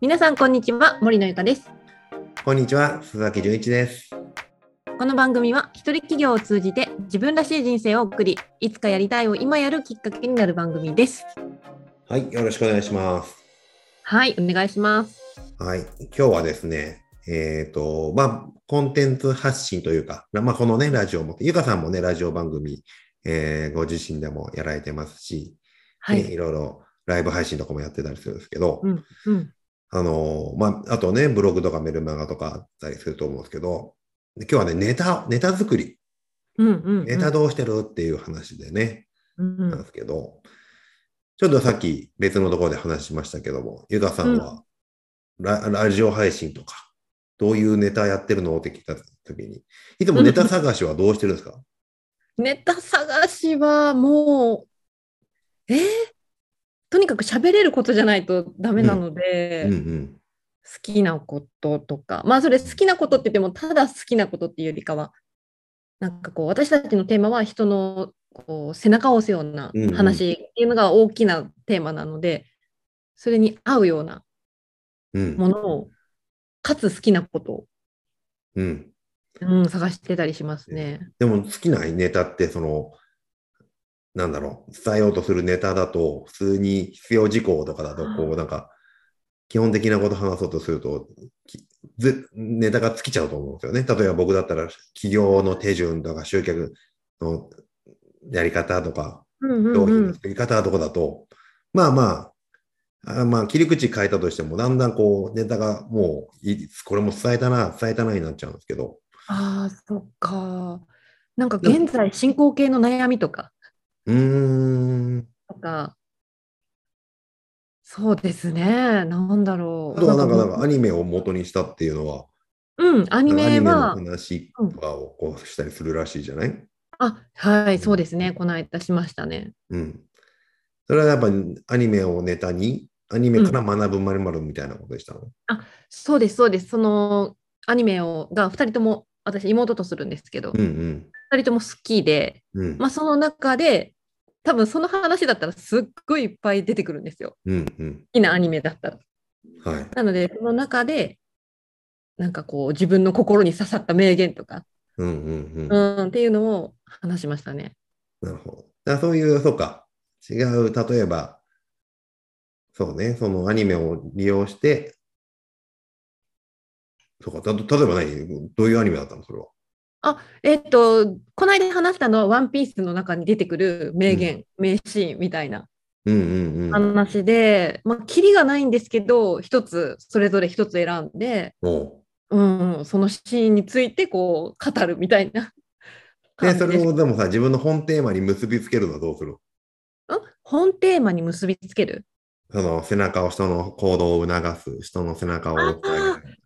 皆さんこんにちは森のゆかですこんにちは、鈴崎純一です。この番組は一人企業を通じて自分らしい人生を送りいつかやりたいを今やるきっかけになる番組ですはい、よろしくお願いします。はいお願いしますはい、今日はですね、えっ、と、まあ、コンテンツ発信というか、まあ、このね、ラジオも、ゆかさんもね、ラジオ番組、えーご自身でもやられてますし、はね、い、いろいろライブ配信とかもやってたりするんですけど、うんうんあのーまあ、あとね、ブログとかメルマガとかあったりすると思うんですけど、で今日はね、ネタ、ネタ作り、うんうんネタどうしてるっていう話でね、うんうなんんですけど、ちょっとさっき別のところで話しましたけども、ゆかさんはラ,、ラジオ配信とか、どういうネタやってるのって聞いたときに、いつもネタ探しはどうしてるんですかネタ探しはもうえー、とにかく喋れることじゃないとダメなので、うんう好ん。きなこととかまあそれ好きなことって言ってもただ好きなことっていうよりかはなんかこう私たちのテーマは人のこう背中を押すような話っていうのが大きなテーマなのでそれに合うようなうん。ものをかつ好きなことを、うん、うん、探してたりしますね。でも好きなネタって、その、なんだろう、伝えようとするネタだと、普通に必要事項とかだと、こう、なんか、基本的なこと話そうとすると、きずネタが尽きちゃうと思うんですよね。例えば僕だったら、企業の手順とか、集客のやり方とか、うんうん商う品のん、作り方とかだと、まあまあ、あまあ、切り口変えたとしても、だんだんこう、ネタがもうい、これも伝えたな、伝えたなになっちゃうんですけど、ああそっか。なんか現在進行形の悩みとかうーん。なんかそうですねなんだろあう。とはなんか、なんもかアニメを元にしたっていうのは、うんアニメなんかはアニメの話とかをこうしたりするらしいじゃないあはいそうですねこの間しましたね。うん。それはやっぱアニメをネタに、アニメから学ぶまるまるみたいなことでしたの、そうですそうですそのアニメをが2人とも私妹とするんですけど、うん、うん2人とも好きで、うん。うんまあ、その中で多分その話だったらすっごいいっぱい出てくるんですようん好きなアニメだったら。うん。はい。なのでその中でなんかこう自分の心に刺さった名言とか、うんうんうん。う、なんっていうのを話しましたね。るほど。だからそういう、そうか。違う、例えば、そうね、そのアニメを利用して、そうか、た例えば何どういうアニメだったのそれは。えっとこの間話したのは「ワンピースの中に出てくる名言、名シーンみたいなうんうんうん。話で、まあ、キリがないんですけど一つそれぞれ一つ選んで、おううん、そのシーンについてこう語るみたい なで、感じそでれしたをでもさ、自分の本テーマに結びつけるのはどうするん本テーマに結びつけるその背中を人の行動を促す、人の背中を追ってあげる。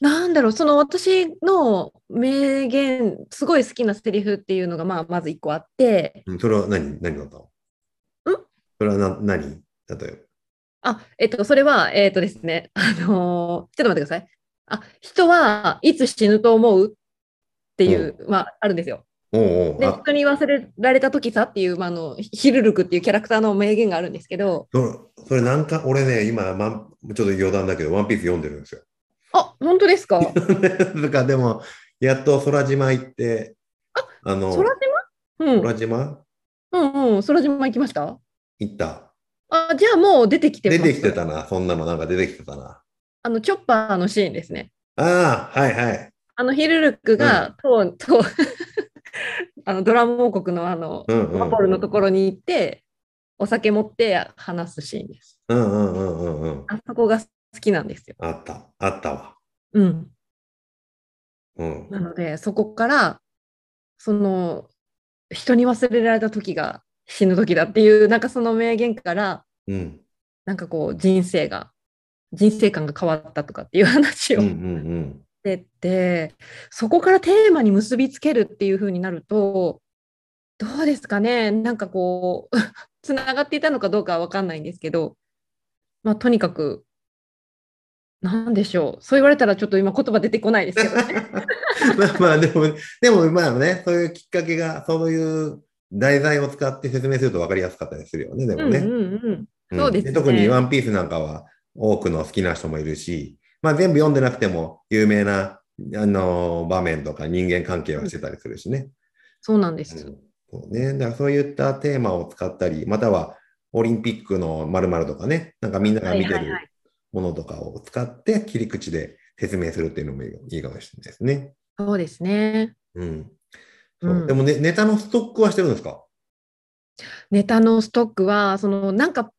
なんだろうその私の名言すごい好きなセリフっていうのが、まあ、まず一個あってうんそれは何何だったのんそれはな何例えあえっとそれはえっとですねあのーちょっと待ってくださいあ人はいつ死ぬと思うっていう、まああるんですよば。おうおうであ人に忘れられた時さっていう、まあ、あのヒルルクっていうキャラクターの名言があるんですけどそれ、それなんか、俺ね、今、まん、ちょっと余談だけど、ワンピース読んでるんですよ。 あ本当ですか空だから、でも、やっと空島行って、あの、島うん、空島うんうん空島行きました行った。あじゃあもう出てきてます出てきてたな、そんなの、なんか出てきてたな。あのチョッパーのシーンですねああ、はいはい。あのヒルルクが、とうとう あのドラム王国のあの、うんうんうんワポルのところに行ってお酒持って話すシーンです。うんうんうんうんうん。あそこが好きなんですよ。あった、あったわ。うん、うん。なのでそこからその人に忘れられた時が死ぬ時だっていうなんかその名言からうん。なんかこう人生が人生観が変わったとかっていう話うんうをんしうん。 てて、そこからテーマに結びつけるっていう風になるとどうですかねなんかこう つながっていたのかどうかは分かんないんですけど、まあ、とにかくなんでしょうそう言われたらちょっと今言葉出てこないですけど ね。まあまあでも、でもまあね、そういうきっかけが、そういう題材を使って説明すると分かりやすかったりするよね、でうもんうね。んうんそうですね特にワンピースなんかは、多くの好きな人もいるし、まあ、全部読んでなくても有名な、あの場面とか人間関係はしてたりするしね。そうなんでうんす。そうね、だからそういったテーマを使ったり、またはオリンピックの〇〇とかね、なんかみんなが見てはいはいるはいものとかを使って切り口で説明するっていうのもいいいいかもしれないですね。そうですね。うん。そううんでもね、ネタのストックはしてるんですかネタのストックは、そのなんか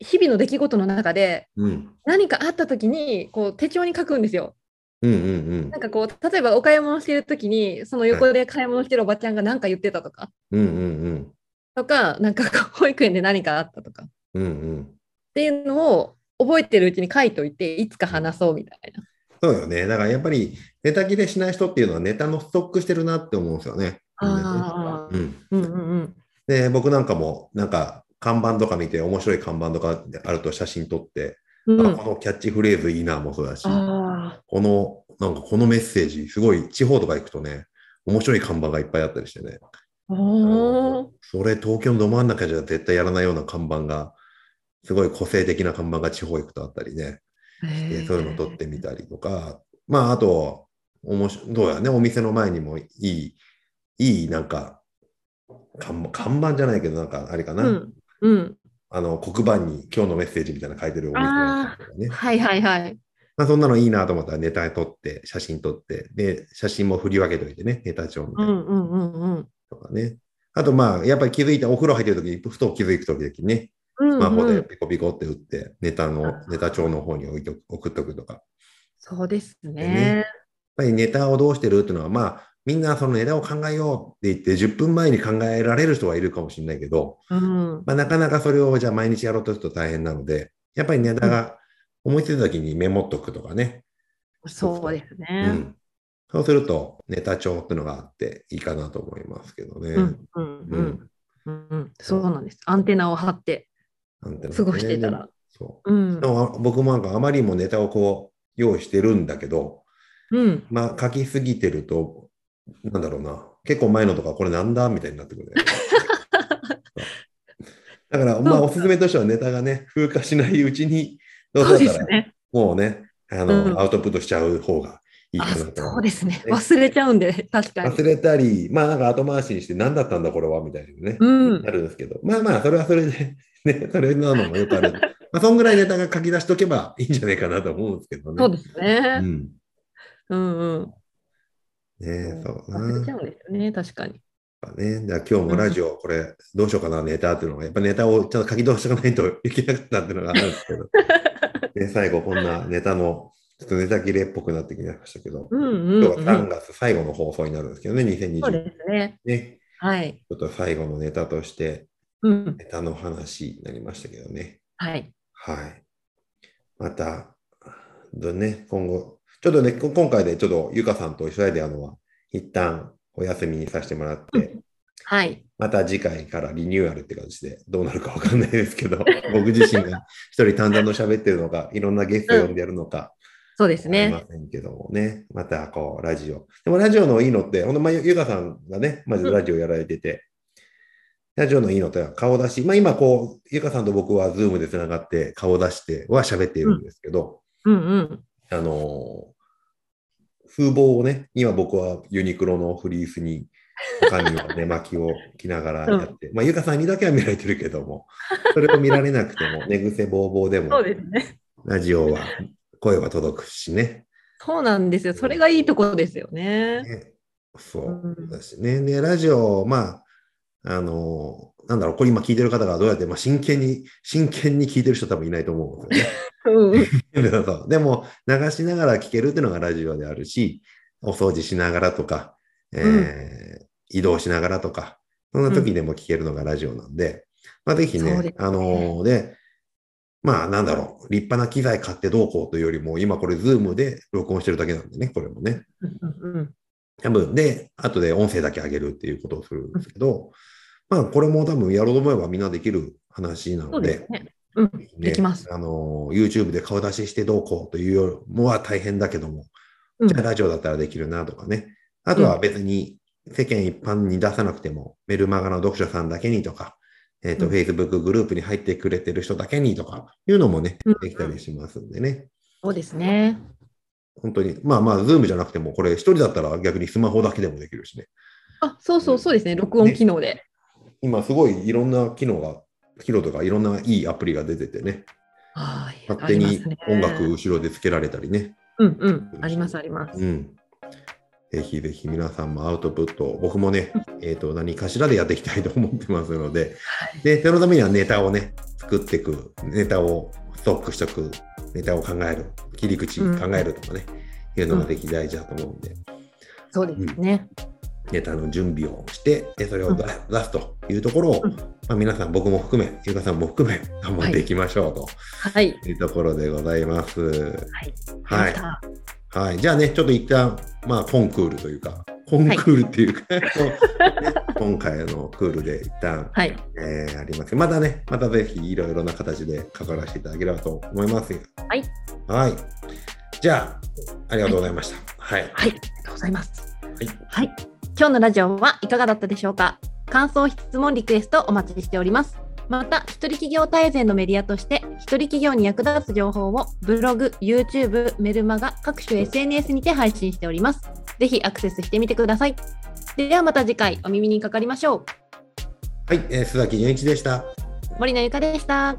日々の出来事の中でうん。何かあった時にこう手帳に書くんですよ。うんうんなんかこう例えばお買い物してる時にその横で買い物してるおばちゃんが何か言ってたとか、うん。うんうんとかなんかこう 保育園で何かあったとかっうん。うんうん。ていうのを覚えてるうちに書いといていつか話そうみたいな。そうよね。だからやっぱりネタ切れしない人っていうのはネタのストックしてるなって思うんですよね。あうーん。うんうんうんで、僕なんかも、なんか、看板とか見て、面白い看板とかあると写真撮って、うあんこのキャッチフレーズいいなもそうだし、あこの、なんかこのメッセージ、すごい地方とか行くとね、面白い看板がいっぱいあったりしてね。ーおーそれ東京のど真ん中じゃ絶対やらないような看板が、すごい個性的な看板が地方行くとあったりね。でそういうの撮ってみたりとか、まああと、おもしどうやね、お店の前にもいい、いいなんか、看板看板じゃないけど、なんかあれかな、うんうんあの黒板に今日のメッセージみたいなの書いてるお店があったりとかね。はいはいはい。まあ、そんなのいいなと思ったらネタ撮って、写真撮って、で、写真も振り分けといてね、ネタ帳みうたいんなうのんうんうん。とかね。あと、まあ、やっぱり気づいた、お風呂入ってる時に、ふと気づく時々ね、うんうスんマホでピコピコって打って、ネタの、ネタ帳の方に置いとく送っとくとか。やっそうですねね。ぱりネタをどうしてるっていうのは、まあ、みんなそのネタを考えようって言って、10分前に考えられる人はいるかもしれないけど、うん。まあ、なかなかそれをじゃあ毎日やろうとすると大変なので、やっぱりネタが思いついた時にメモっとくとかね、そうですうね。ん、そうするとネタ帳っていうのがあっていいかなと思いますけどね。うんうんううんんうんうん。そうなんです。アンテナを張ってなんていうの過ごしてたら。。そううんで。もあ僕もなんかあまりにもネタをこう用意してるんだけど、うん。まあ書きすぎてると、なんだろうな、結構前のとかこれなんだみたいになっ てくるね。だから、まあ、おすすめとしてはネタがね、風化しないうちに、どうそうせでだっすたら、ね。もうね、あの、うんアウトプットしちゃう方がいいあかなと思いますそうですね。忘れちゃうんで、確かに忘。れたり、まあなんか後回しにして何だったんだこれはみたいなね、うんな。るんですけど、まあまあそれはそれで、 ね、それなのもよくある。まあそんぐらいネタが書き出しとけばいいんじゃないかなと思うんですけどね。そうですね。んうんうん。ねえそうな。忘れちゃやっうんですよね、確かに。ぱね、じゃあ今日もラジオ、これどうしようかな、ネタっていうのが、やっぱネタをちゃんと書き出しとかないといけなかったっていうのがあるんです けど、ね、最後こんなネタの、ちょっとネタ切れっぽくなってきましたけど、うんうん今う日は3ん。月最後の放送になるんですけどね、そう2020ですね。ね。はい。ちょっと最後のネタとして、うん。ネタの話になりましたけどね。はい。はい。また、どうね、今後、ちょっとね、こ今回でちょっとゆかさんと一緒であのは、一旦お休みにさせてもらって、はい。また次回からリニューアルって形でどうなるかわかんないですけど、僕自身が一人淡々と喋ってるのか、いろんなゲストを呼んでやるのか、そうですわかね。りませんけどもね、またこう、ラジオ。でもラジオのいいのって、ほんと、まあ、ゆゆかさんがね、まずラジオやられてて、ラジオのいいのって顔出し、まあ今こう、ゆかさんと僕はズームでつながって顔出しては喋っているんですけど、うんうん。あのー風貌をね、今僕はユニクロのフリースに、髪 は寝巻きを着ながらやって、まあゆかさんにだけは見られてるけども、それを見られなくても、寝癖ぼうぼうでもそう、ですね。ラジオは声は届くしね。そうなんですよ。それがいいところですよね。ね、そううんだしね。で、ラジオ、まあ、あの、なんだろう、これ今聞いてる方がどうやって、まあ、真剣に、真剣に聞いてる人多分いないと思うんですよ うんうん。 ねそうそう。でも、流しながら聞けるっていうのがラジオであるし、お掃除しながらとか、えー移動しながらとか、そんな時でも聞けるのがラジオなんで、まあ、ぜひね、そうですねあので、まあ、なんだろう、立派な機材買ってどうこうというよりも、今これ、ズームで録音してるだけなんでね、これもね。うんうん。多分で、後で音声だけ上げるっていうことをするんですけど、まあ、これも多分やろうと思えばみんなできる話なそのうですで、ね。うん。ねできます。あの、YouTube で顔出ししてどうこうというよりもは大変だけども、うんじゃあラジオだったらできるなとかね。あとは別に世間一般に出さなくても、メルマガの読者さんだけにとか、えっ、と、うん Facebook グループに入ってくれてる人だけにとかいうのもねうん、できたりしますんでね。そうですね。本当に、まあまあ、ズームじゃなくても、これ一人だったら逆にスマホだけでもできるしね。あ、そうそうそうですね。録音機能で。今すごいいろんな機能が、機能とかいろんないいアプリが出ててね、はい勝手に音楽ありますね後ろでつけられたりね。うんうん。ありますあります。うん。ぜひぜひ皆さんもアウトプットを、僕もね、えっ、と、何かしらでやっていきたいと思ってますので、で、そのためにはネタをね、作っていく、ネタをストックしとく、ネタを考える、切り口うん考えるとかね、いうのができ大事だと思うんで、そうですね。ネタの準備をして、でそれを出,、出すというところを、うんまあ、皆さん、僕も含め、ゆうかさんも含め、頑張っていきましょうとはい。いうところでございます。はい。はまい。たはい、じゃあね、ちょっと一旦、まあ、コンクールというか、コンクールっていうか、 今回のクールで一旦、はい。えーありますけどまたね、またぜひいろいろな形で関わらせていただければと思います。はい。はい。じゃあ、ありがとうございました。はい。はい。ありがとうございます。いはい。今日のラジオはいかがだったでしょうか感想、質問、リクエストお待ちしております。また、一人企業大全のメディアとして、一人企業に役立つ情報をブログ、YouTube、メルマガ、各種 SNS にて配信しております。ぜひアクセスしてみてください。ではまた次回お耳にかかりましょう。はい、えー須崎純一でした。森のゆかでした。